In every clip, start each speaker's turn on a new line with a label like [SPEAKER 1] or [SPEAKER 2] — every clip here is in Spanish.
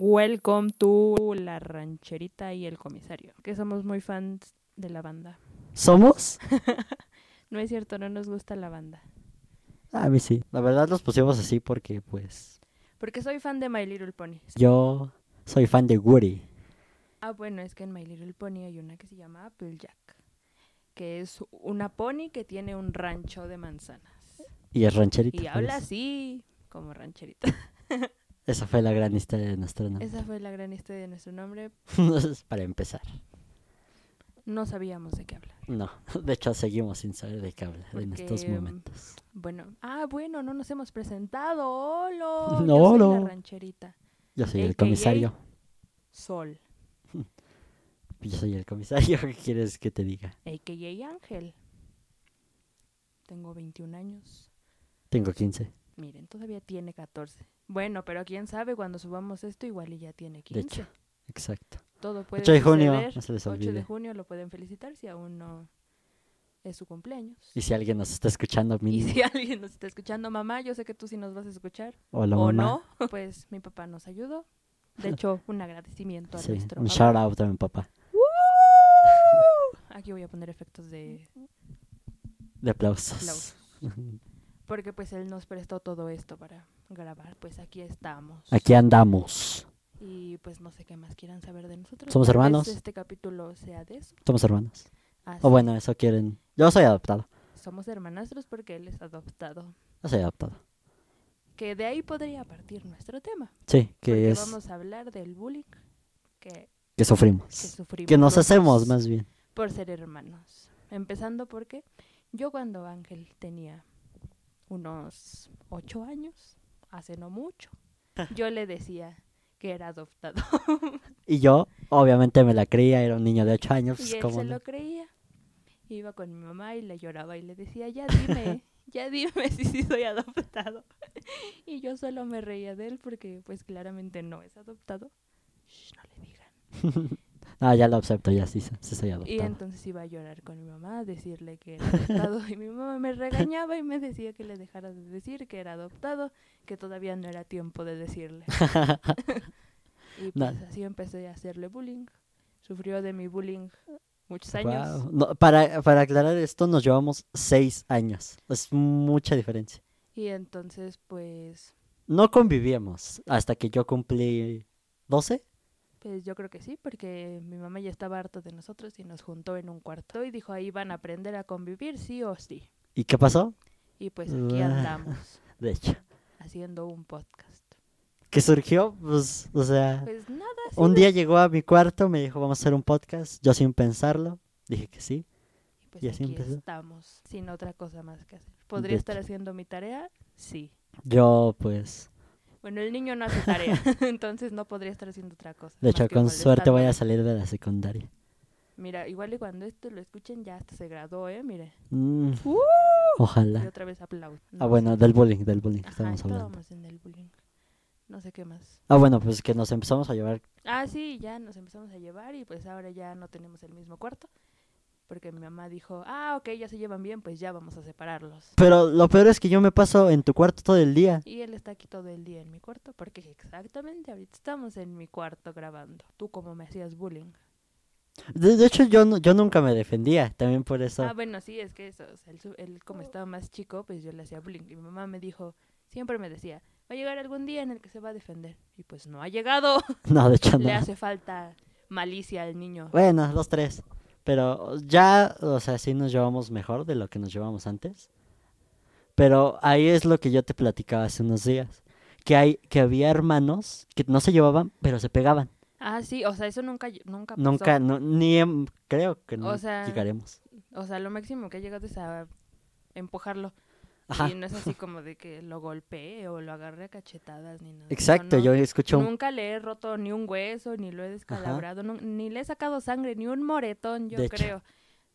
[SPEAKER 1] Welcome to La Rancherita y el Comisario, que somos muy fans de la banda.
[SPEAKER 2] ¿Somos?
[SPEAKER 1] No es cierto, no nos gusta la banda.
[SPEAKER 2] A mí sí. La verdad los pusimos así porque, pues,
[SPEAKER 1] Porque soy fan de My Little Pony.
[SPEAKER 2] yo soy fan de Woody.
[SPEAKER 1] Ah, bueno, es que en My Little Pony hay una que se llama Applejack, que es una pony que tiene un rancho de manzanas.
[SPEAKER 2] Y es rancherito.
[SPEAKER 1] Y
[SPEAKER 2] por
[SPEAKER 1] habla
[SPEAKER 2] eso.
[SPEAKER 1] así, como rancherita.
[SPEAKER 2] Esa fue la gran historia de nuestro nombre.
[SPEAKER 1] Esa fue la gran historia de nuestro nombre.
[SPEAKER 2] Para empezar.
[SPEAKER 1] No sabíamos de qué hablar.
[SPEAKER 2] No, de hecho seguimos sin saber de qué hablar en estos
[SPEAKER 1] Porque, um,
[SPEAKER 2] momentos.
[SPEAKER 1] Bueno, ah, bueno, no nos hemos presentado. ¡Hola!
[SPEAKER 2] No,
[SPEAKER 1] Yo soy
[SPEAKER 2] hola.
[SPEAKER 1] la rancherita.
[SPEAKER 2] Yo soy el
[SPEAKER 1] AKA.
[SPEAKER 2] comisario.
[SPEAKER 1] Sol,
[SPEAKER 2] Yo soy el comisario. ¿Qué quieres que te diga?
[SPEAKER 1] a.k.a. Ángel. Tengo 21 años.
[SPEAKER 2] Tengo 15.
[SPEAKER 1] Miren, todavía tiene 14. Bueno, pero quién sabe, cuando subamos esto igual y ya tiene 15.
[SPEAKER 2] De hecho, exacto.
[SPEAKER 1] Todo puede
[SPEAKER 2] 8 de junio,
[SPEAKER 1] suceder.
[SPEAKER 2] no se les
[SPEAKER 1] 8 de
[SPEAKER 2] olvide.
[SPEAKER 1] junio lo pueden felicitar si aún no es su cumpleaños.
[SPEAKER 2] Y si alguien nos está escuchando,
[SPEAKER 1] Y
[SPEAKER 2] mínimo,
[SPEAKER 1] si alguien nos está escuchando, mamá, yo sé que tú sí nos vas a escuchar.
[SPEAKER 2] o la
[SPEAKER 1] o
[SPEAKER 2] mamá,
[SPEAKER 1] no, pues mi papá nos ayudó. De hecho, un agradecimiento a
[SPEAKER 2] sí,
[SPEAKER 1] nuestro
[SPEAKER 2] un
[SPEAKER 1] papá.
[SPEAKER 2] shout out a mi papá
[SPEAKER 1] Aquí voy a poner efectos de
[SPEAKER 2] Pues, de aplausos.
[SPEAKER 1] aplausos. Porque pues él nos prestó todo esto para grabar. Pues aquí estamos.
[SPEAKER 2] Aquí andamos.
[SPEAKER 1] Y pues no sé qué más quieran saber de nosotros.
[SPEAKER 2] Somos
[SPEAKER 1] Tal vez
[SPEAKER 2] hermanos.
[SPEAKER 1] Este capítulo sea de eso.
[SPEAKER 2] Somos hermanos.
[SPEAKER 1] Así
[SPEAKER 2] O bueno, eso quieren. Yo soy adoptado.
[SPEAKER 1] es. Somos hermanastros porque él es adoptado.
[SPEAKER 2] Yo soy adoptado.
[SPEAKER 1] Que de ahí podría partir nuestro tema.
[SPEAKER 2] Sí, que
[SPEAKER 1] Porque
[SPEAKER 2] es
[SPEAKER 1] vamos a hablar del bullying que,
[SPEAKER 2] que
[SPEAKER 1] que
[SPEAKER 2] sufrimos.
[SPEAKER 1] sufrimos.
[SPEAKER 2] Que nos
[SPEAKER 1] los
[SPEAKER 2] hacemos
[SPEAKER 1] dos
[SPEAKER 2] más bien.
[SPEAKER 1] Por ser hermanos. Empezando porque yo cuando Ángel tenía unos ocho años, hace no mucho,
[SPEAKER 2] Ah.
[SPEAKER 1] yo le decía que era adoptado.
[SPEAKER 2] Y yo, obviamente, me la creía, era un niño de 8 años,
[SPEAKER 1] Y
[SPEAKER 2] pues,
[SPEAKER 1] él
[SPEAKER 2] ¿cómo
[SPEAKER 1] se
[SPEAKER 2] no?
[SPEAKER 1] lo creía. Iba con mi mamá y le lloraba y le decía, ya dime, ya dime si sí soy adoptado. Y yo solo me reía de él porque pues claramente no es adoptado. Shh, no le digan.
[SPEAKER 2] Ah, ya lo acepto, ya sí, sí soy adoptado.
[SPEAKER 1] Y entonces iba a llorar con mi mamá, a decirle que era adoptado. Y mi mamá me regañaba y me decía que le dejara de decir que era adoptado, que todavía no era tiempo de decirle. Y
[SPEAKER 2] No.
[SPEAKER 1] pues así empecé a hacerle bullying. Sufrió de mi bullying muchos años.
[SPEAKER 2] Guau. No, para, para aclarar esto, nos llevamos 6 años. Es mucha diferencia.
[SPEAKER 1] Y entonces pues,
[SPEAKER 2] No convivíamos hasta que yo cumplí 12.
[SPEAKER 1] pues yo creo que sí, porque mi mamá ya estaba harta de nosotros y nos juntó en un cuarto y dijo, ahí van a aprender a convivir sí o sí.
[SPEAKER 2] ¿Y qué pasó?
[SPEAKER 1] Y pues aquí andamos
[SPEAKER 2] De hecho,
[SPEAKER 1] haciendo un podcast.
[SPEAKER 2] que surgió, pues, o sea,
[SPEAKER 1] Pues nada, así
[SPEAKER 2] un
[SPEAKER 1] de-
[SPEAKER 2] día llegó a mi cuarto, me dijo, vamos a hacer un podcast. Yo sin pensarlo, dije que sí.
[SPEAKER 1] Y pues
[SPEAKER 2] Y así
[SPEAKER 1] aquí
[SPEAKER 2] empezó.
[SPEAKER 1] estamos, sin otra cosa más que hacer. ¿Podría estar
[SPEAKER 2] hecho.
[SPEAKER 1] haciendo mi tarea? Sí.
[SPEAKER 2] Yo, pues,
[SPEAKER 1] Bueno, el niño no hace tarea, entonces no podría estar haciendo otra cosa.
[SPEAKER 2] De
[SPEAKER 1] más
[SPEAKER 2] hecho,
[SPEAKER 1] que
[SPEAKER 2] con suerte voy a
[SPEAKER 1] molestarlo.
[SPEAKER 2] salir de la secundaria.
[SPEAKER 1] Mira, igual y cuando esto lo escuchen ya hasta se graduó, ¿eh? Mire.
[SPEAKER 2] Mm,
[SPEAKER 1] ¡Uh! Y
[SPEAKER 2] ojalá.
[SPEAKER 1] otra vez aplaudo.
[SPEAKER 2] Ah, bueno, del bullying, del bullying que estábamos hablando.
[SPEAKER 1] estábamos en el bullying. No sé qué más.
[SPEAKER 2] Ah, bueno, pues que nos empezamos a llevar.
[SPEAKER 1] Ah, sí, ya nos empezamos a llevar y pues ahora ya no tenemos el mismo cuarto. Porque mi mamá dijo, ah, ok, ya se llevan bien, pues ya vamos a separarlos.
[SPEAKER 2] Pero lo peor es que yo me paso en tu cuarto todo el día.
[SPEAKER 1] Y él está aquí todo el día en mi cuarto, porque exactamente ahorita estamos en mi cuarto grabando. Tú como me hacías bullying.
[SPEAKER 2] De, de hecho, yo, no- yo nunca me defendía, también por eso.
[SPEAKER 1] Ah, bueno, sí, es que eso, o sea, él, su- él como estaba más chico, pues yo le hacía bullying. Y mi mamá me dijo, siempre me decía, va a llegar algún día en el que se va a defender. Y pues no ha llegado,
[SPEAKER 2] No, de hecho,
[SPEAKER 1] le
[SPEAKER 2] no.
[SPEAKER 1] hace falta malicia al niño.
[SPEAKER 2] Bueno, los tres. Pero ya, o sea, sí nos llevamos mejor de lo que nos llevamos antes. Pero ahí es lo que yo te platicaba hace unos días. Que, hay, que había hermanos que no se llevaban, pero se pegaban.
[SPEAKER 1] Ah, sí, o sea, eso nunca, lle- nunca pasó.
[SPEAKER 2] Nunca, no, ni em- creo que no
[SPEAKER 1] O sea,
[SPEAKER 2] llegaremos.
[SPEAKER 1] O sea, lo máximo que ha llegado es a empujarlo.
[SPEAKER 2] Ajá.
[SPEAKER 1] Y no es así como de que lo golpeé o lo agarré a cachetadas ni nada. No,
[SPEAKER 2] Exacto,
[SPEAKER 1] no.
[SPEAKER 2] yo escucho un-
[SPEAKER 1] Nunca le he roto ni un hueso, ni lo he descalabrado, nun- ni le he sacado sangre, ni un moretón, yo
[SPEAKER 2] De hecho.
[SPEAKER 1] creo.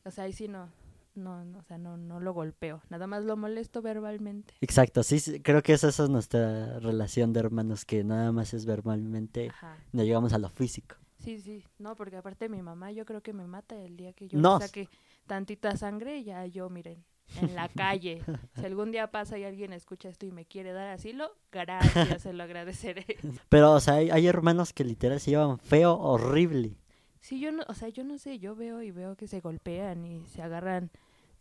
[SPEAKER 1] O sea, ahí sí no, no, no, o sea, no, no lo golpeo. Nada más lo molesto verbalmente.
[SPEAKER 2] Exacto, sí, sí, creo que esa, esa es nuestra relación de hermanos, que nada más es verbalmente,
[SPEAKER 1] Ajá.
[SPEAKER 2] no llegamos a lo físico.
[SPEAKER 1] Sí, sí, no, porque aparte mi mamá yo creo que me mata el día que yo le
[SPEAKER 2] Nos.
[SPEAKER 1] saque tantita sangre, ya yo, miren, en la calle. Si algún día pasa y alguien escucha esto y me quiere dar asilo, gracias, se lo agradeceré.
[SPEAKER 2] Pero, o sea, hay, hay hermanos que literal se llevan feo, horrible.
[SPEAKER 1] Sí, yo no, o sea, yo no sé, yo veo y veo que se golpean y se agarran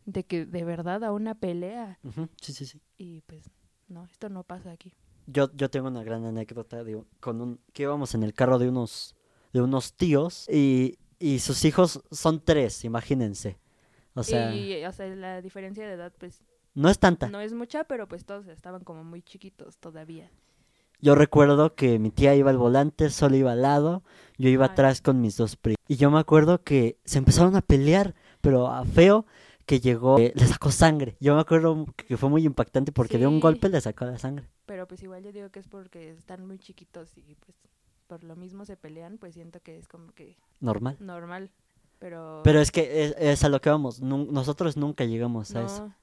[SPEAKER 1] de que de verdad a una pelea
[SPEAKER 2] Ujú, Sí, sí, sí.
[SPEAKER 1] y pues no, esto no pasa aquí.
[SPEAKER 2] Yo, yo tengo una gran anécdota de un- con un que íbamos en el carro de unos de unos tíos y, y sus hijos son tres, imagínense. O sea,
[SPEAKER 1] y o sea, la diferencia de edad pues
[SPEAKER 2] no es tanta.
[SPEAKER 1] no es mucha, pero pues todos estaban como muy chiquitos todavía.
[SPEAKER 2] Yo recuerdo que mi tía iba al volante, solo iba al lado, yo iba
[SPEAKER 1] Ay.
[SPEAKER 2] atrás con mis dos primos. Y yo me acuerdo que se empezaron a pelear, pero a feo que llegó, eh, le sacó sangre. Yo me acuerdo que fue muy impactante porque de un
[SPEAKER 1] Sí.
[SPEAKER 2] golpe le sacó la sangre.
[SPEAKER 1] Pero pues igual yo digo que es porque están muy chiquitos y pues por lo mismo se pelean, pues siento que es como que
[SPEAKER 2] Normal.
[SPEAKER 1] normal. Pero,
[SPEAKER 2] Pero es que es, es a lo que vamos. nun- nosotros nunca llegamos a eso.
[SPEAKER 1] no.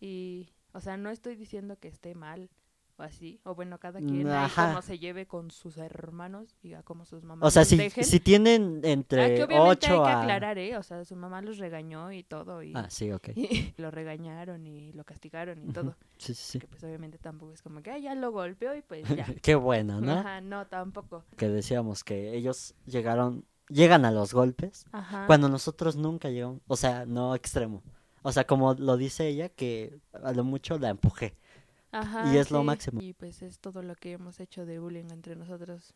[SPEAKER 1] Y, o sea, no estoy diciendo que esté mal o así. O bueno, cada quien
[SPEAKER 2] Mm,
[SPEAKER 1] ahí
[SPEAKER 2] ajá.
[SPEAKER 1] como se lleve con sus hermanos y a como sus mamás.
[SPEAKER 2] O sea,
[SPEAKER 1] los
[SPEAKER 2] si,
[SPEAKER 1] dejen.
[SPEAKER 2] si tienen
[SPEAKER 1] Ah, que
[SPEAKER 2] entre
[SPEAKER 1] obviamente
[SPEAKER 2] 8
[SPEAKER 1] hay que
[SPEAKER 2] a...
[SPEAKER 1] aclarar, ¿eh? O sea, su mamá los regañó y todo. Y,
[SPEAKER 2] Ah, sí, ok.
[SPEAKER 1] y lo regañaron y lo castigaron y
[SPEAKER 2] Ujú,
[SPEAKER 1] todo.
[SPEAKER 2] Sí, sí, sí.
[SPEAKER 1] Que pues obviamente tampoco es como que "Ah, ya lo golpeó y pues ya.
[SPEAKER 2] Qué bueno, ¿no?
[SPEAKER 1] Ajá, no, tampoco.
[SPEAKER 2] Que decíamos que ellos llegaron, llegan a los golpes.
[SPEAKER 1] Ajá.
[SPEAKER 2] Cuando nosotros nunca llegamos, o sea, no extremo. O sea, como lo dice ella, que a lo mucho la empujé.
[SPEAKER 1] Ajá,
[SPEAKER 2] es lo máximo.
[SPEAKER 1] Y pues es todo lo que hemos hecho de bullying entre nosotros.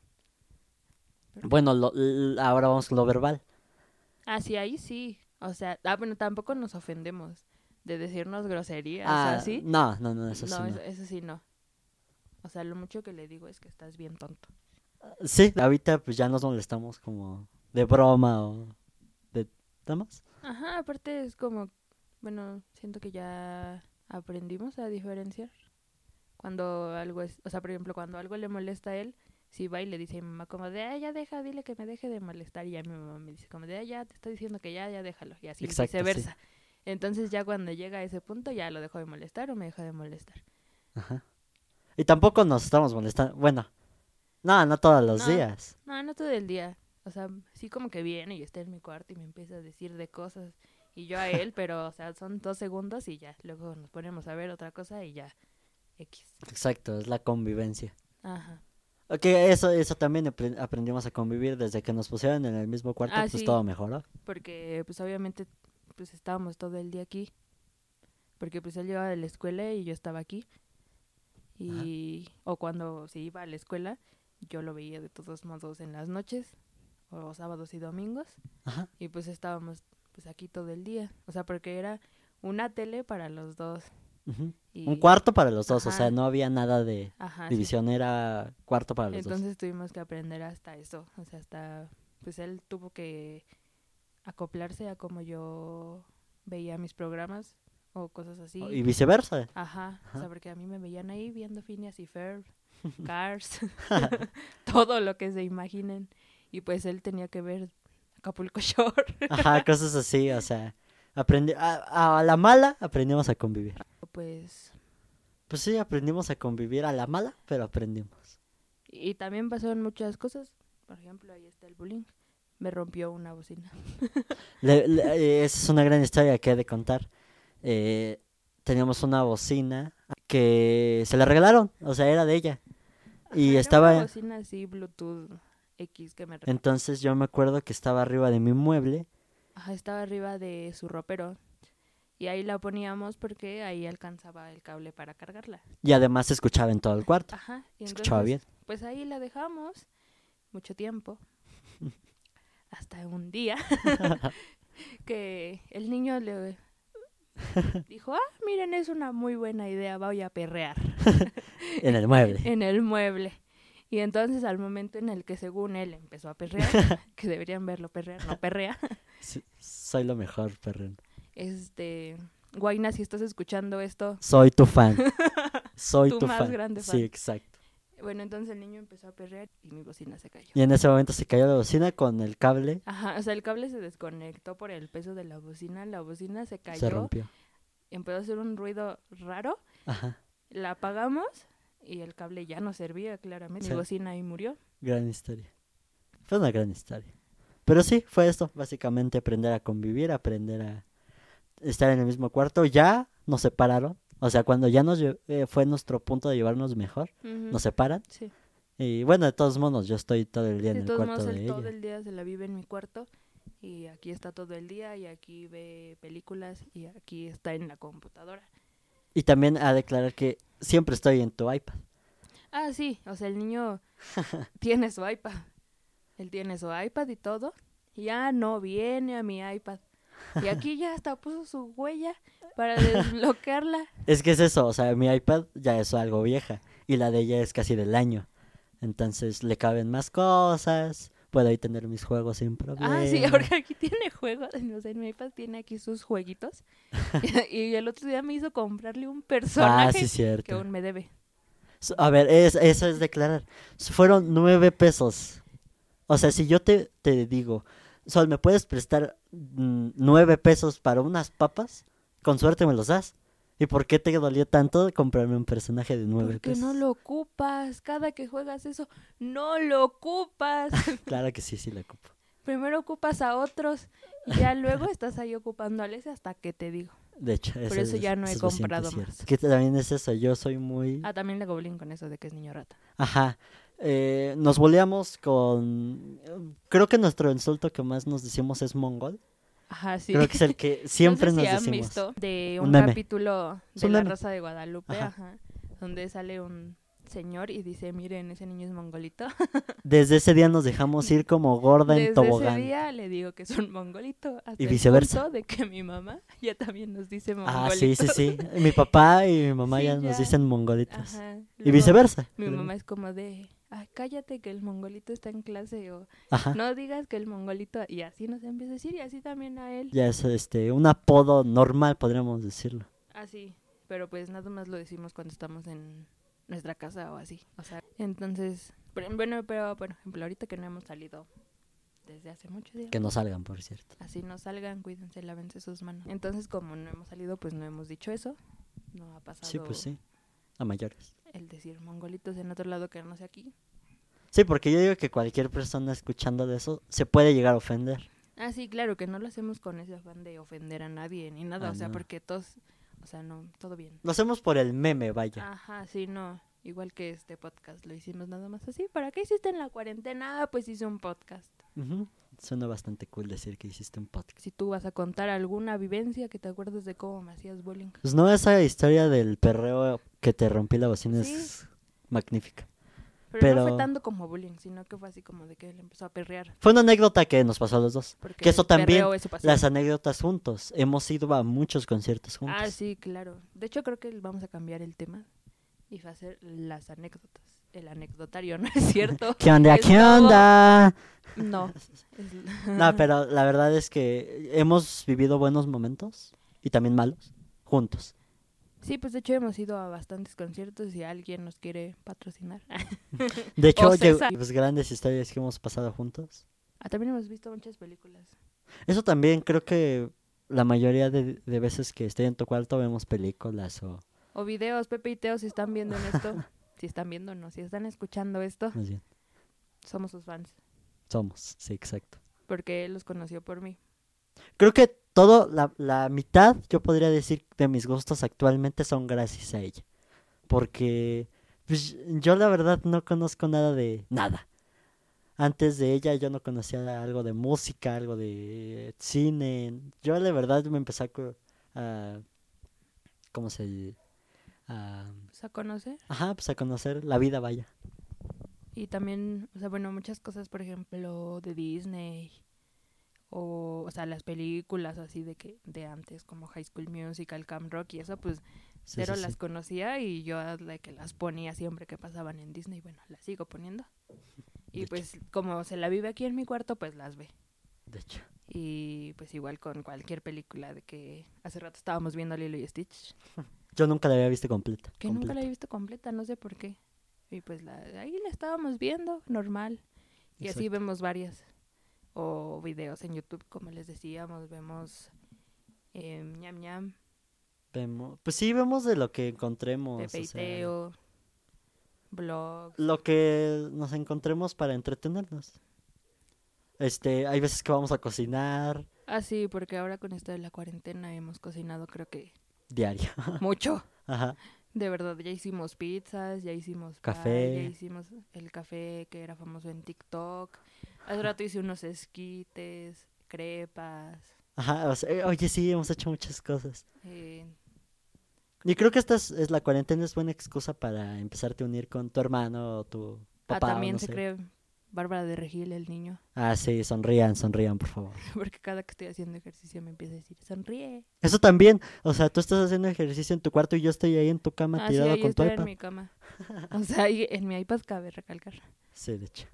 [SPEAKER 2] Bueno, lo- l- ahora vamos con lo verbal.
[SPEAKER 1] Así ahí Ah, sí. O sea, ah, bueno, tampoco nos ofendemos de decirnos groserías
[SPEAKER 2] Ah,
[SPEAKER 1] así.
[SPEAKER 2] No, no, no, eso sí.
[SPEAKER 1] no,
[SPEAKER 2] no.
[SPEAKER 1] eso, eso sí no. O sea, lo mucho que le digo es que estás bien tonto.
[SPEAKER 2] Sí, ahorita pues ya nos molestamos como de broma o de nada más.
[SPEAKER 1] Ajá, aparte es como, bueno, siento que ya aprendimos a diferenciar. Cuando algo es, o sea, por ejemplo, cuando algo le molesta a él, si va y le dice a mi mamá como de, ah, ya deja, dile que me deje de molestar. Y ya mi mamá me dice como de, ah, ya, te estoy diciendo que ya, ya déjalo. Y así
[SPEAKER 2] Exacto, sí.
[SPEAKER 1] viceversa. Entonces ya cuando llega a ese punto ya lo dejo de molestar o me deja de molestar.
[SPEAKER 2] Ajá. Y tampoco nos estamos molestando. Bueno, no, no todos los
[SPEAKER 1] No.
[SPEAKER 2] días.
[SPEAKER 1] No, no todo el día. O sea, sí como que viene y está en mi cuarto y me empieza a decir de cosas. Y yo a él, pero, o sea, son dos segundos y ya. Luego nos ponemos a ver otra cosa y ya. X.
[SPEAKER 2] Exacto, es la convivencia.
[SPEAKER 1] Ajá.
[SPEAKER 2] Ok, eso, eso también apre- aprendimos a convivir desde que nos pusieron en el mismo cuarto,
[SPEAKER 1] Ah,
[SPEAKER 2] pues
[SPEAKER 1] sí.
[SPEAKER 2] todo mejoró.
[SPEAKER 1] Porque, pues, obviamente, pues, estábamos todo el día aquí. Porque, pues, él llegaba de la escuela y yo estaba aquí. Y, o cuando se iba a la escuela, yo lo veía de todos modos en las noches, o sábados y domingos.
[SPEAKER 2] Ajá.
[SPEAKER 1] y pues estábamos pues aquí todo el día. O sea, porque era una tele para los dos.
[SPEAKER 2] ujú.
[SPEAKER 1] Y,
[SPEAKER 2] Un cuarto para los dos, o
[SPEAKER 1] Ajá.
[SPEAKER 2] sea, no había nada de
[SPEAKER 1] Ajá, sí.
[SPEAKER 2] división, era cuarto para los
[SPEAKER 1] Entonces tuvimos que aprender hasta eso. O sea, hasta pues él tuvo que acoplarse a como yo veía mis programas o cosas así.
[SPEAKER 2] dos. Oh, Y viceversa.
[SPEAKER 1] Ajá, o sea,
[SPEAKER 2] Ajá.
[SPEAKER 1] porque a mí me veían ahí viendo Phineas y Ferb, Cars, todo lo que se imaginen. Y pues él tenía que ver Acapulco Shore.
[SPEAKER 2] Ajá, cosas así, o sea, aprendi a, a la mala aprendimos a convivir.
[SPEAKER 1] Pues
[SPEAKER 2] Pues sí, aprendimos a convivir a la mala, pero aprendimos.
[SPEAKER 1] Y también pasaron muchas cosas. Por ejemplo, ahí está el bullying. Me rompió una bocina.
[SPEAKER 2] Le- le- eh, esa es una gran historia que he de contar. Eh, teníamos una bocina que se la regalaron, o sea, era de ella. Y
[SPEAKER 1] Era
[SPEAKER 2] estaba...
[SPEAKER 1] Una bocina así, Bluetooth X que me re-
[SPEAKER 2] Entonces yo me acuerdo que estaba arriba de mi mueble.
[SPEAKER 1] Ajá, estaba arriba de su ropero. Y ahí la poníamos porque ahí alcanzaba el cable para cargarla.
[SPEAKER 2] Y además se escuchaba en todo el cuarto.
[SPEAKER 1] Ajá. Ah, Y
[SPEAKER 2] Se escuchaba bien.
[SPEAKER 1] entonces, Pues ahí la dejamos mucho tiempo. Hasta un día que el niño le dijo, ah, miren, es una muy buena idea, voy a perrear.
[SPEAKER 2] En el mueble.
[SPEAKER 1] en el mueble. Y entonces al momento en el que según él empezó a perrear, que deberían verlo perrear, no perrea,
[SPEAKER 2] Sí, soy lo mejor, perrón.
[SPEAKER 1] este, Guayna, si estás escuchando esto,
[SPEAKER 2] Soy tu fan. Soy
[SPEAKER 1] Tu
[SPEAKER 2] tu,
[SPEAKER 1] más
[SPEAKER 2] fan.
[SPEAKER 1] grande
[SPEAKER 2] Sí,
[SPEAKER 1] fan.
[SPEAKER 2] exacto.
[SPEAKER 1] bueno, entonces el niño empezó a perrear y mi bocina se cayó.
[SPEAKER 2] Y en ese momento se cayó la bocina con el cable.
[SPEAKER 1] Ajá, o sea, el cable se desconectó por el peso de la bocina, la bocina se
[SPEAKER 2] Se
[SPEAKER 1] cayó,
[SPEAKER 2] rompió.
[SPEAKER 1] empezó a hacer un ruido raro,
[SPEAKER 2] Ajá.
[SPEAKER 1] la apagamos y el cable ya no servía, claramente.
[SPEAKER 2] Sí.
[SPEAKER 1] Mi bocina ahí murió.
[SPEAKER 2] Gran historia. Fue una gran historia. Pero sí, fue esto. Básicamente aprender a convivir, aprender a estar en el mismo cuarto. Ya nos separaron. O sea, cuando ya nos lle- eh, fue nuestro punto de llevarnos mejor,
[SPEAKER 1] Ujú.
[SPEAKER 2] nos separan.
[SPEAKER 1] Sí.
[SPEAKER 2] Y bueno, de todos modos, yo estoy todo el día
[SPEAKER 1] De
[SPEAKER 2] en el
[SPEAKER 1] todos
[SPEAKER 2] cuarto
[SPEAKER 1] modos,
[SPEAKER 2] de
[SPEAKER 1] él todo
[SPEAKER 2] ella.
[SPEAKER 1] el día se la vive en mi cuarto y aquí está todo el día y aquí ve películas y aquí está en la computadora.
[SPEAKER 2] Y también a declarar que siempre estoy en tu iPad.
[SPEAKER 1] Ah, sí, o sea, el niño tiene su iPad. Él tiene su iPad y todo. Y ya no viene a mi iPad. Y aquí ya hasta puso su huella para desbloquearla.
[SPEAKER 2] Es que es eso, o sea, mi iPad ya es algo vieja y la de ella es casi del año. Entonces le caben más cosas, puedo ahí tener mis juegos sin problema.
[SPEAKER 1] Ah, sí, ahora aquí tiene juegos. O sea, en mi iPad tiene aquí sus jueguitos. y el otro día me hizo comprarle un personaje
[SPEAKER 2] Ah, sí,
[SPEAKER 1] que
[SPEAKER 2] cierto.
[SPEAKER 1] aún me debe.
[SPEAKER 2] S- A ver, es- eso es declarar. S- Fueron nueve pesos. O sea, si yo te, te digo, Sol, ¿me puedes prestar mm, nueve pesos para unas papas? Con suerte me los das. ¿Y por qué te dolió tanto comprarme un personaje de nueve
[SPEAKER 1] Porque
[SPEAKER 2] pesos?
[SPEAKER 1] no lo ocupas. Cada que juegas eso, no lo ocupas.
[SPEAKER 2] Claro que sí, sí lo ocupo.
[SPEAKER 1] Primero ocupas a otros y ya luego estás ahí ocupando al ese hasta que te digo.
[SPEAKER 2] De hecho, eso
[SPEAKER 1] eso
[SPEAKER 2] es-
[SPEAKER 1] ya no he
[SPEAKER 2] eso es bastante
[SPEAKER 1] comprado
[SPEAKER 2] cierto.
[SPEAKER 1] más.
[SPEAKER 2] Que también es eso, yo soy muy...
[SPEAKER 1] Ah, también le goblin con eso de que es niño rata.
[SPEAKER 2] Ajá. Eh, nos boleamos con... Creo que nuestro insulto que más nos decimos es mongol.
[SPEAKER 1] Ajá, sí.
[SPEAKER 2] Creo que es el que siempre
[SPEAKER 1] No sé si
[SPEAKER 2] nos
[SPEAKER 1] han
[SPEAKER 2] decimos.
[SPEAKER 1] visto de
[SPEAKER 2] Un
[SPEAKER 1] un,
[SPEAKER 2] meme.
[SPEAKER 1] capítulo
[SPEAKER 2] Es
[SPEAKER 1] de
[SPEAKER 2] un
[SPEAKER 1] La
[SPEAKER 2] meme.
[SPEAKER 1] Rosa de Guadalupe,
[SPEAKER 2] Ajá.
[SPEAKER 1] ajá. donde sale un señor y dice, miren, ese niño es mongolito.
[SPEAKER 2] Desde ese día nos dejamos ir como gorda en
[SPEAKER 1] Desde ese
[SPEAKER 2] tobogán.
[SPEAKER 1] día le digo que es un mongolito. Hasta
[SPEAKER 2] Y
[SPEAKER 1] el
[SPEAKER 2] viceversa.
[SPEAKER 1] punto de que mi mamá ya también nos dice mongolito.
[SPEAKER 2] Ah, sí, sí, sí. Mi papá y mi mamá
[SPEAKER 1] Sí,
[SPEAKER 2] ya, nos
[SPEAKER 1] ya.
[SPEAKER 2] dicen mongolitos.
[SPEAKER 1] Ajá.
[SPEAKER 2] Y
[SPEAKER 1] Luego,
[SPEAKER 2] viceversa.
[SPEAKER 1] Mi mamá es como de, ay, cállate que el mongolito está en clase o
[SPEAKER 2] Ajá.
[SPEAKER 1] no digas que el mongolito. Y así nos empieza a decir y así también a él.
[SPEAKER 2] Ya es este, un apodo normal, podríamos decirlo.
[SPEAKER 1] Así, pero pues nada más lo decimos cuando estamos en nuestra casa o así. O sea, entonces, pero- bueno, pero por ejemplo, ahorita que no hemos salido desde hace mucho días.
[SPEAKER 2] Que no salgan, por cierto.
[SPEAKER 1] Así no salgan, cuídense, lávense sus manos. Entonces, como no hemos salido, pues no hemos dicho eso. No ha pasado
[SPEAKER 2] Sí, pues sí. A mayores.
[SPEAKER 1] el decir mongolitos en otro lado que no sea aquí.
[SPEAKER 2] Sí, porque yo digo que cualquier persona escuchando de eso se puede llegar a ofender.
[SPEAKER 1] Ah, sí, claro, que no lo hacemos con ese afán de ofender a nadie ni nada.
[SPEAKER 2] Ah,
[SPEAKER 1] o sea,
[SPEAKER 2] no.
[SPEAKER 1] porque todos, o sea, no, todo bien.
[SPEAKER 2] Lo hacemos por el meme, vaya.
[SPEAKER 1] Ajá, sí, no. Igual que este podcast, lo hicimos nada más así. ¿Para qué hiciste en la cuarentena? Ah, pues hice un podcast.
[SPEAKER 2] Ujú. Suena bastante cool decir que hiciste un podcast.
[SPEAKER 1] Si tú vas a contar alguna vivencia que te acuerdes de cómo me hacías bullying.
[SPEAKER 2] Pues no, esa historia del perreo que te rompí la bocina
[SPEAKER 1] Sí.
[SPEAKER 2] es magnífica.
[SPEAKER 1] Pero,
[SPEAKER 2] Pero-
[SPEAKER 1] no fue tanto como bullying, sino que fue así como de que le empezó a perrear.
[SPEAKER 2] Fue una anécdota que nos pasó a los dos.
[SPEAKER 1] Porque
[SPEAKER 2] Que eso
[SPEAKER 1] el
[SPEAKER 2] también,
[SPEAKER 1] perreo es su pasión.
[SPEAKER 2] Las anécdotas juntos. Hemos ido a muchos conciertos juntos.
[SPEAKER 1] Ah, sí, claro. De hecho, creo que vamos a cambiar el tema y va a ser las anécdotas. El anecdotario, ¿no es cierto?
[SPEAKER 2] ¿Qué onda?
[SPEAKER 1] Es
[SPEAKER 2] ¿Qué
[SPEAKER 1] todo-
[SPEAKER 2] onda?
[SPEAKER 1] No. es-
[SPEAKER 2] No, pero la verdad es que hemos vivido buenos momentos y también malos juntos.
[SPEAKER 1] Sí, pues de hecho hemos ido a bastantes conciertos y alguien nos quiere patrocinar.
[SPEAKER 2] De hecho,
[SPEAKER 1] O
[SPEAKER 2] llegó-
[SPEAKER 1] César.
[SPEAKER 2] pues, grandes historias que hemos pasado juntos.
[SPEAKER 1] Ah, también hemos visto muchas películas.
[SPEAKER 2] Eso también creo que la mayoría de, de veces que estoy en tu cuarto vemos películas o...
[SPEAKER 1] O videos, Pepe y Teo, si están viendo en esto. si están viendo, no. Si están escuchando esto,
[SPEAKER 2] Más bien,
[SPEAKER 1] somos sus fans.
[SPEAKER 2] somos, sí, exacto.
[SPEAKER 1] Porque él los conoció por mí.
[SPEAKER 2] Creo que todo, la, la mitad, yo podría decir, de mis gustos actualmente son gracias a ella. Porque pues, yo la verdad no conozco nada de nada. Antes de ella yo no conocía algo de música, algo de cine. Yo la verdad me empecé a... cu- a- ¿Cómo se dice? A-
[SPEAKER 1] O sea, conoce.
[SPEAKER 2] Ajá, pues a conocer la vida, vaya.
[SPEAKER 1] Y también, o sea, bueno, muchas cosas, por ejemplo, de Disney. O, o sea, las películas así de que de antes, como High School Musical, Camp Rock y eso, pues
[SPEAKER 2] Sí,
[SPEAKER 1] cero
[SPEAKER 2] sí, sí.
[SPEAKER 1] las conocía y yo a la que las ponía siempre que pasaban en Disney, bueno, las sigo poniendo. Y
[SPEAKER 2] De hecho.
[SPEAKER 1] pues como se la vive aquí en mi cuarto, pues las ve.
[SPEAKER 2] De hecho.
[SPEAKER 1] Y pues igual con cualquier película de que hace rato estábamos viendo Lilo y Stitch,
[SPEAKER 2] Yo nunca la había visto completa.
[SPEAKER 1] que nunca
[SPEAKER 2] completa.
[SPEAKER 1] la he visto completa, no sé por qué. Y pues la, ahí la estábamos viendo, normal. Y así
[SPEAKER 2] Exacto.
[SPEAKER 1] vemos varias. O videos en YouTube, como les decíamos, vemos em, ñam ñam,
[SPEAKER 2] Vemo- Pues sí, vemos de lo que encontremos.
[SPEAKER 1] Pepe
[SPEAKER 2] o
[SPEAKER 1] y
[SPEAKER 2] sea,
[SPEAKER 1] Teo, blogs.
[SPEAKER 2] lo que nos encontremos para entretenernos. Este, hay veces que vamos a cocinar.
[SPEAKER 1] Ah, sí, porque ahora con esto de la cuarentena hemos cocinado creo que
[SPEAKER 2] diario.
[SPEAKER 1] Mucho.
[SPEAKER 2] Ajá.
[SPEAKER 1] De verdad, ya hicimos pizzas, ya hicimos pie,
[SPEAKER 2] Café.
[SPEAKER 1] ya hicimos el café que era famoso en TikTok. Hace rato hice unos esquites, crepas.
[SPEAKER 2] Ajá. o sea, eh, oye, sí, hemos hecho muchas cosas.
[SPEAKER 1] eh,
[SPEAKER 2] Y creo que esta es, es la cuarentena, es buena excusa para empezarte a unir con tu hermano o tu
[SPEAKER 1] ah,
[SPEAKER 2] papá. o
[SPEAKER 1] también
[SPEAKER 2] no
[SPEAKER 1] se
[SPEAKER 2] sé.
[SPEAKER 1] cree Bárbara de Regil, el niño.
[SPEAKER 2] Ah, sí, sonrían, sonrían, por favor.
[SPEAKER 1] Porque cada que estoy haciendo ejercicio me empieza a decir, sonríe.
[SPEAKER 2] Eso también, o sea, tú estás haciendo ejercicio en tu cuarto y yo estoy ahí en tu cama
[SPEAKER 1] Ah, sí,
[SPEAKER 2] tirado
[SPEAKER 1] ahí
[SPEAKER 2] con tu
[SPEAKER 1] estoy
[SPEAKER 2] iPad.
[SPEAKER 1] en mi cama. O sea, ahí en mi iPad cabe recalcar.
[SPEAKER 2] Sí, de hecho.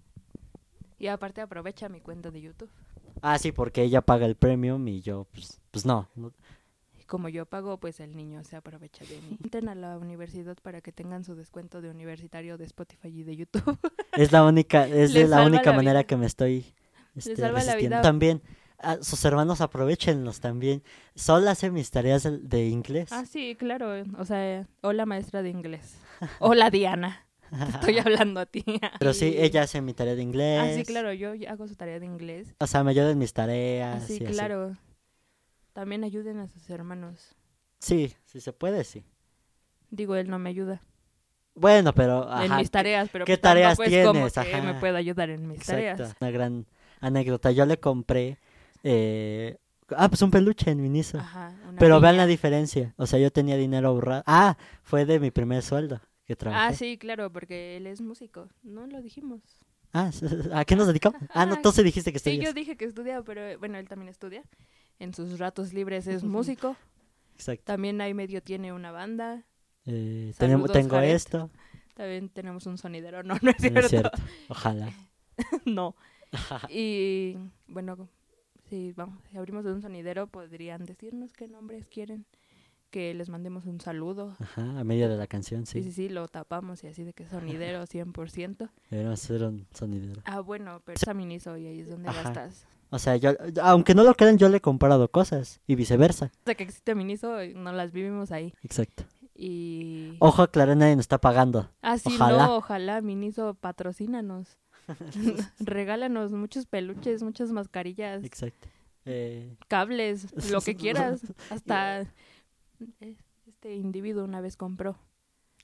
[SPEAKER 1] Y aparte aprovecha mi cuenta de YouTube.
[SPEAKER 2] Ah, sí, porque ella paga el premium y yo, pues, pues no. no.
[SPEAKER 1] Y como yo pago, pues el niño se aprovecha de mí. Entren a la universidad para que tengan su descuento de universitario de Spotify y de YouTube.
[SPEAKER 2] Es la única, es
[SPEAKER 1] Le
[SPEAKER 2] de la
[SPEAKER 1] salva
[SPEAKER 2] única
[SPEAKER 1] la
[SPEAKER 2] manera
[SPEAKER 1] vida.
[SPEAKER 2] que me estoy este,
[SPEAKER 1] salva la
[SPEAKER 2] resistiendo.
[SPEAKER 1] vida.
[SPEAKER 2] También, ah, sus hermanos aprovechenlos también. Solo hace mis tareas de, de inglés.
[SPEAKER 1] ah, sí, claro. O sea, hola maestra de inglés. Hola Diana. Te estoy hablando a ti.
[SPEAKER 2] Pero sí,
[SPEAKER 1] Y-
[SPEAKER 2] ella hace mi tarea de inglés.
[SPEAKER 1] Ah, sí, claro. Yo yo hago su tarea de inglés.
[SPEAKER 2] O sea, me ayuda en mis
[SPEAKER 1] Ah,
[SPEAKER 2] tareas.
[SPEAKER 1] sí,
[SPEAKER 2] y así.
[SPEAKER 1] claro. También ayuden a sus hermanos.
[SPEAKER 2] Sí, si se puede, sí.
[SPEAKER 1] Digo, él no me ayuda
[SPEAKER 2] Bueno, pero.
[SPEAKER 1] en
[SPEAKER 2] ajá,
[SPEAKER 1] mis tareas, pero
[SPEAKER 2] ¿qué
[SPEAKER 1] pues tampoco
[SPEAKER 2] tareas
[SPEAKER 1] es como
[SPEAKER 2] tienes?
[SPEAKER 1] que
[SPEAKER 2] Ajá.
[SPEAKER 1] me puede ayudar en mis
[SPEAKER 2] Exacto.
[SPEAKER 1] tareas.
[SPEAKER 2] Una gran anécdota. Yo le compré. eh, Ah, pues un peluche en Miniso.
[SPEAKER 1] Ajá, Ah, una
[SPEAKER 2] Pero vean
[SPEAKER 1] niña.
[SPEAKER 2] la diferencia. O sea, yo tenía dinero ahorrado. Ah, fue de mi primer sueldo que trabajé.
[SPEAKER 1] Ah, sí, claro, porque él es músico. No lo dijimos.
[SPEAKER 2] Ah, ¿a qué nos dedicamos? Ah, no,
[SPEAKER 1] Ajá.
[SPEAKER 2] entonces dijiste que
[SPEAKER 1] Sí,
[SPEAKER 2] estoy.
[SPEAKER 1] yo dije que estudia, pero eh, bueno, él también estudia. En sus ratos libres es músico.
[SPEAKER 2] Exacto.
[SPEAKER 1] También ahí medio tiene una banda.
[SPEAKER 2] Eh, tenemos-
[SPEAKER 1] Saludos,
[SPEAKER 2] tengo
[SPEAKER 1] Jared.
[SPEAKER 2] esto.
[SPEAKER 1] También tenemos un sonidero. No, no es
[SPEAKER 2] No
[SPEAKER 1] cierto.
[SPEAKER 2] es cierto. Ojalá.
[SPEAKER 1] no. Y bueno, sí, vamos, si abrimos un sonidero, podrían decirnos qué nombres quieren. Que les mandemos un saludo.
[SPEAKER 2] Ajá, a medio de la canción,
[SPEAKER 1] Sí, sí, sí,
[SPEAKER 2] sí.
[SPEAKER 1] lo tapamos y así de que sonidero 100%.
[SPEAKER 2] Deberíamos hacer un sonidero.
[SPEAKER 1] Ah, bueno, pero es aminizo y ahí es donde
[SPEAKER 2] Ajá.
[SPEAKER 1] gastas.
[SPEAKER 2] O sea, yo, aunque no lo crean, yo le he comprado cosas y viceversa.
[SPEAKER 1] O sea, que existe aminizo, eh, no las vivimos ahí.
[SPEAKER 2] Exacto.
[SPEAKER 1] Y...
[SPEAKER 2] Ojo, aclarar, nadie nos está pagando.
[SPEAKER 1] Ah, sí,
[SPEAKER 2] Ojalá.
[SPEAKER 1] no, ojalá, Miniso, patrocínanos. Regálanos muchos peluches, muchas mascarillas,
[SPEAKER 2] Exacto. Eh,
[SPEAKER 1] cables, lo que quieras. Hasta eh, este individuo una vez compró.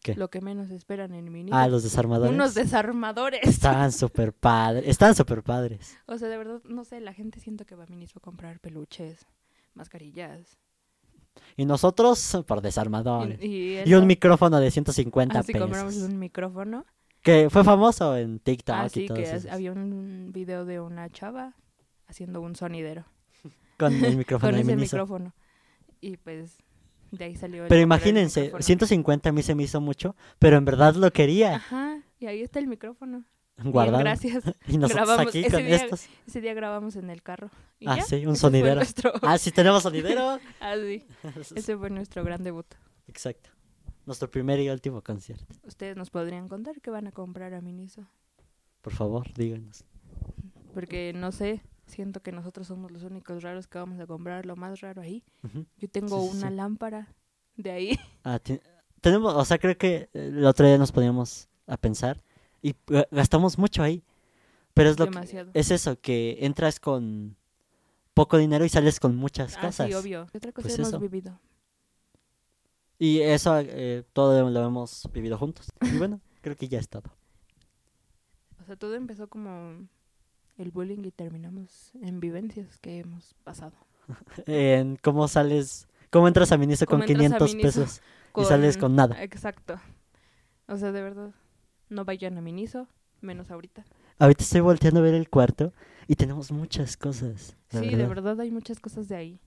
[SPEAKER 2] ¿Qué?
[SPEAKER 1] Lo que menos esperan en Miniso.
[SPEAKER 2] ah, los desarmadores.
[SPEAKER 1] Unos desarmadores.
[SPEAKER 2] Están súper padres. Están súper padres.
[SPEAKER 1] O sea, de verdad, no sé, la gente siento que va a Miniso a comprar peluches, mascarillas.
[SPEAKER 2] Y nosotros por desarmadores.
[SPEAKER 1] Y, y él-
[SPEAKER 2] Y un micrófono de 150
[SPEAKER 1] así compramos
[SPEAKER 2] pesos.
[SPEAKER 1] un micrófono.
[SPEAKER 2] Que fue famoso en TikTok
[SPEAKER 1] Así
[SPEAKER 2] y todo
[SPEAKER 1] que
[SPEAKER 2] eso.
[SPEAKER 1] había un video de una chava haciendo un sonidero.
[SPEAKER 2] Con el micrófono
[SPEAKER 1] con
[SPEAKER 2] de
[SPEAKER 1] ese
[SPEAKER 2] Miniso.
[SPEAKER 1] micrófono. Y pues de ahí salió el comprar
[SPEAKER 2] Pero
[SPEAKER 1] el
[SPEAKER 2] imagínense,
[SPEAKER 1] micrófono.
[SPEAKER 2] 150 a mí se me hizo mucho, pero en verdad lo quería
[SPEAKER 1] Ajá, y ahí está el micrófono. Guardado.
[SPEAKER 2] guardado.
[SPEAKER 1] gracias.
[SPEAKER 2] Y nosotros
[SPEAKER 1] Grabamos
[SPEAKER 2] aquí
[SPEAKER 1] ese
[SPEAKER 2] con
[SPEAKER 1] día-
[SPEAKER 2] estos.
[SPEAKER 1] Ese día grabamos en el carro. Y
[SPEAKER 2] Ah,
[SPEAKER 1] ya,
[SPEAKER 2] sí, un
[SPEAKER 1] ese fue
[SPEAKER 2] sonidero.
[SPEAKER 1] nuestro-
[SPEAKER 2] Ah, sí, tenemos sonidero.
[SPEAKER 1] Ah, sí, Ese fue nuestro gran debut.
[SPEAKER 2] Exacto. Nuestro primer y último concierto.
[SPEAKER 1] Ustedes nos podrían contar qué van a comprar a Miniso.
[SPEAKER 2] Por favor, díganos.
[SPEAKER 1] Porque no sé, siento que nosotros somos los únicos raros que vamos a comprar lo más raro ahí.
[SPEAKER 2] Ujú.
[SPEAKER 1] Yo tengo
[SPEAKER 2] Sí, sí,
[SPEAKER 1] una
[SPEAKER 2] sí.
[SPEAKER 1] lámpara de ahí.
[SPEAKER 2] Ah, ti- tenemos, o sea, creo que eh, el otro día nos poníamos a pensar y eh, gastamos mucho ahí. Pero es lo que-
[SPEAKER 1] Demasiado.
[SPEAKER 2] es eso, que entras con poco dinero y sales con muchas
[SPEAKER 1] Ah,
[SPEAKER 2] cosas.
[SPEAKER 1] sí, obvio. ¿Qué otra cosa
[SPEAKER 2] Pues
[SPEAKER 1] hemos
[SPEAKER 2] eso.
[SPEAKER 1] vivido?
[SPEAKER 2] Y eso eh, todo lo hemos vivido juntos. Y bueno, creo que ya es todo.
[SPEAKER 1] O sea, todo empezó como el bullying y terminamos en vivencias que hemos pasado.
[SPEAKER 2] En ¿Cómo sales? ¿Cómo entras a Miniso
[SPEAKER 1] ¿Cómo
[SPEAKER 2] con
[SPEAKER 1] entras a
[SPEAKER 2] 500
[SPEAKER 1] Miniso?
[SPEAKER 2] pesos? Y sales con nada.
[SPEAKER 1] Exacto. O sea, de verdad, no vayan a Miniso, menos ahorita.
[SPEAKER 2] Ahorita estoy volteando a ver el cuarto y tenemos muchas cosas. la
[SPEAKER 1] sí, de verdad hay muchas cosas de ahí.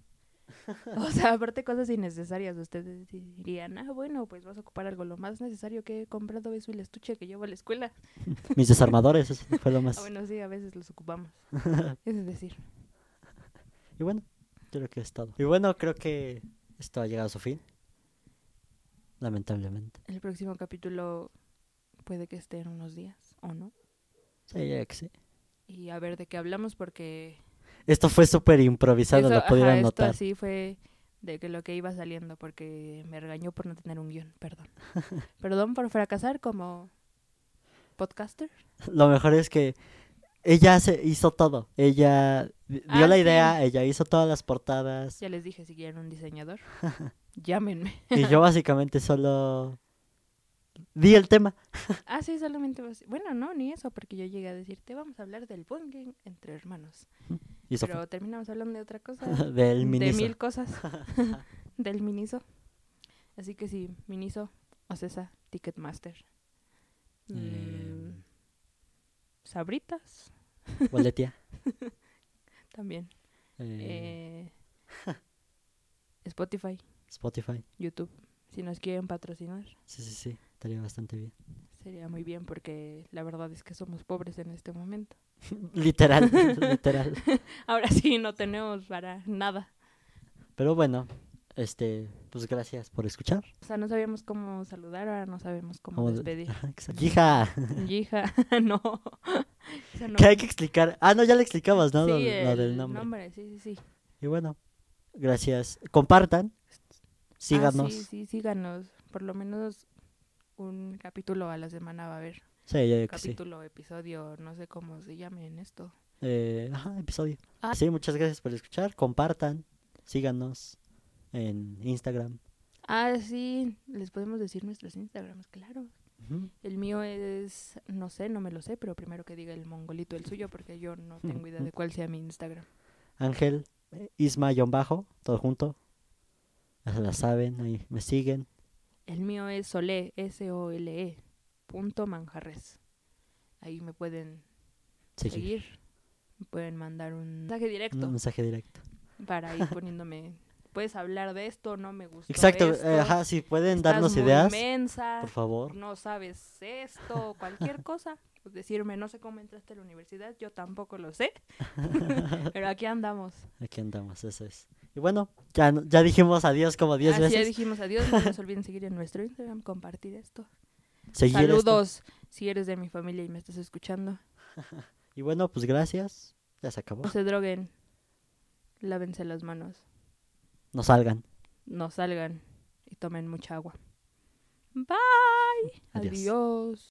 [SPEAKER 1] O sea, aparte cosas innecesarias. Ustedes dirían, ah, bueno, pues vas a ocupar algo. Lo más necesario que he comprado es el estuche que llevo a la escuela.
[SPEAKER 2] Mis desarmadores, eso fue lo más.
[SPEAKER 1] Ah, bueno, sí, a veces los ocupamos. es decir,
[SPEAKER 2] Y bueno, yo creo que es todo. Y bueno, creo que esto ha llegado a su fin. Lamentablemente.
[SPEAKER 1] el próximo capítulo puede que esté en unos días o no.
[SPEAKER 2] Sí, ya que sí.
[SPEAKER 1] Y a ver de qué hablamos porque
[SPEAKER 2] Esto fue súper improvisado,
[SPEAKER 1] Eso,
[SPEAKER 2] lo pudieron
[SPEAKER 1] ajá,
[SPEAKER 2] notar.
[SPEAKER 1] Esto sí fue de que lo que iba saliendo, porque me regañó por no tener un guión, perdón. perdón por fracasar como podcaster.
[SPEAKER 2] Lo mejor es que ella se hizo todo. Ella dio
[SPEAKER 1] Ah,
[SPEAKER 2] la
[SPEAKER 1] sí.
[SPEAKER 2] idea, ella hizo todas las portadas.
[SPEAKER 1] Ya les dije si quieren un diseñador. llámenme.
[SPEAKER 2] Y yo básicamente solo di el tema.
[SPEAKER 1] Ah, sí, solamente vos- Bueno, no, ni eso, porque yo llegué a decirte, vamos a hablar del bullying entre hermanos.
[SPEAKER 2] Y eso
[SPEAKER 1] Pero terminamos hablando de otra cosa.
[SPEAKER 2] fue. Del
[SPEAKER 1] de
[SPEAKER 2] miniso.
[SPEAKER 1] mil cosas. del miniso. Así que sí, miniso, Ocesa, Ticketmaster. Mm,
[SPEAKER 2] Em.
[SPEAKER 1] Sabritas
[SPEAKER 2] Boletia.
[SPEAKER 1] también.
[SPEAKER 2] eh,
[SPEAKER 1] Eh, Spotify,
[SPEAKER 2] Spotify.
[SPEAKER 1] YouTube. Si nos quieren patrocinar,
[SPEAKER 2] Sí, sí, sí. Estaría bastante bien.
[SPEAKER 1] sería muy bien porque la verdad es que somos pobres en este momento.
[SPEAKER 2] literal, literal.
[SPEAKER 1] Ahora sí, no tenemos para nada.
[SPEAKER 2] Pero bueno, este, pues gracias por escuchar.
[SPEAKER 1] O sea, no sabíamos cómo saludar, ahora no sabemos cómo
[SPEAKER 2] Vamos-
[SPEAKER 1] despedir.
[SPEAKER 2] Ajá, exacto. Hija,
[SPEAKER 1] Hija, no. O sea, no.
[SPEAKER 2] que hay que explicar. Ah, no, ya le explicabas, ¿no? lo,
[SPEAKER 1] Sí,
[SPEAKER 2] de- lo
[SPEAKER 1] el
[SPEAKER 2] del nombre.
[SPEAKER 1] sí, sí, Ah, sí.
[SPEAKER 2] Y bueno, gracias. Compartan, síganos.
[SPEAKER 1] Ah, sí, sí, síganos. Por lo menos un capítulo a la semana va a haber.
[SPEAKER 2] Sí, yo digo que sí.
[SPEAKER 1] capítulo, episodio, no sé cómo se llame en esto.
[SPEAKER 2] Eh, ajá, episodio.
[SPEAKER 1] Ah.
[SPEAKER 2] Sí, muchas gracias por escuchar. Compartan, síganos en Instagram.
[SPEAKER 1] Ah, sí, les podemos decir nuestros Instagrams, claro.
[SPEAKER 2] Ujú.
[SPEAKER 1] El mío es, no sé, no me lo sé, pero primero que diga el mongolito el suyo, porque yo no tengo idea de cuál sea mi Instagram.
[SPEAKER 2] Ángel, eh, Isma, John Bajo, todo junto. Ya se la saben, ahí me siguen.
[SPEAKER 1] El mío es Sole, S-O-L-E, E, punto manjarres. Ahí me pueden
[SPEAKER 2] Seguir.
[SPEAKER 1] seguir, me pueden mandar un mensaje directo
[SPEAKER 2] Un mensaje directo.
[SPEAKER 1] para ir poniéndome, puedes hablar de esto, no me gusta.
[SPEAKER 2] Exacto, eh, ajá, si pueden darnos ideas,
[SPEAKER 1] Mensa,
[SPEAKER 2] por favor.
[SPEAKER 1] no sabes esto, cualquier cosa. Pues decirme, no sé cómo entraste a la universidad, yo tampoco lo sé, pero aquí andamos.
[SPEAKER 2] Aquí andamos, eso es. Y bueno, ya, no- ya dijimos adiós como 10
[SPEAKER 1] Así ya
[SPEAKER 2] veces.
[SPEAKER 1] dijimos adiós, no nos olviden seguir en nuestro Instagram, compartir esto.
[SPEAKER 2] Seguir esto.
[SPEAKER 1] Saludos, si eres de mi familia y me estás escuchando.
[SPEAKER 2] Y bueno, pues gracias. Ya se acabó.
[SPEAKER 1] No se droguen, lávense las manos,
[SPEAKER 2] No salgan.
[SPEAKER 1] no salgan y tomen mucha agua. Bye.
[SPEAKER 2] Adiós.
[SPEAKER 1] Adiós.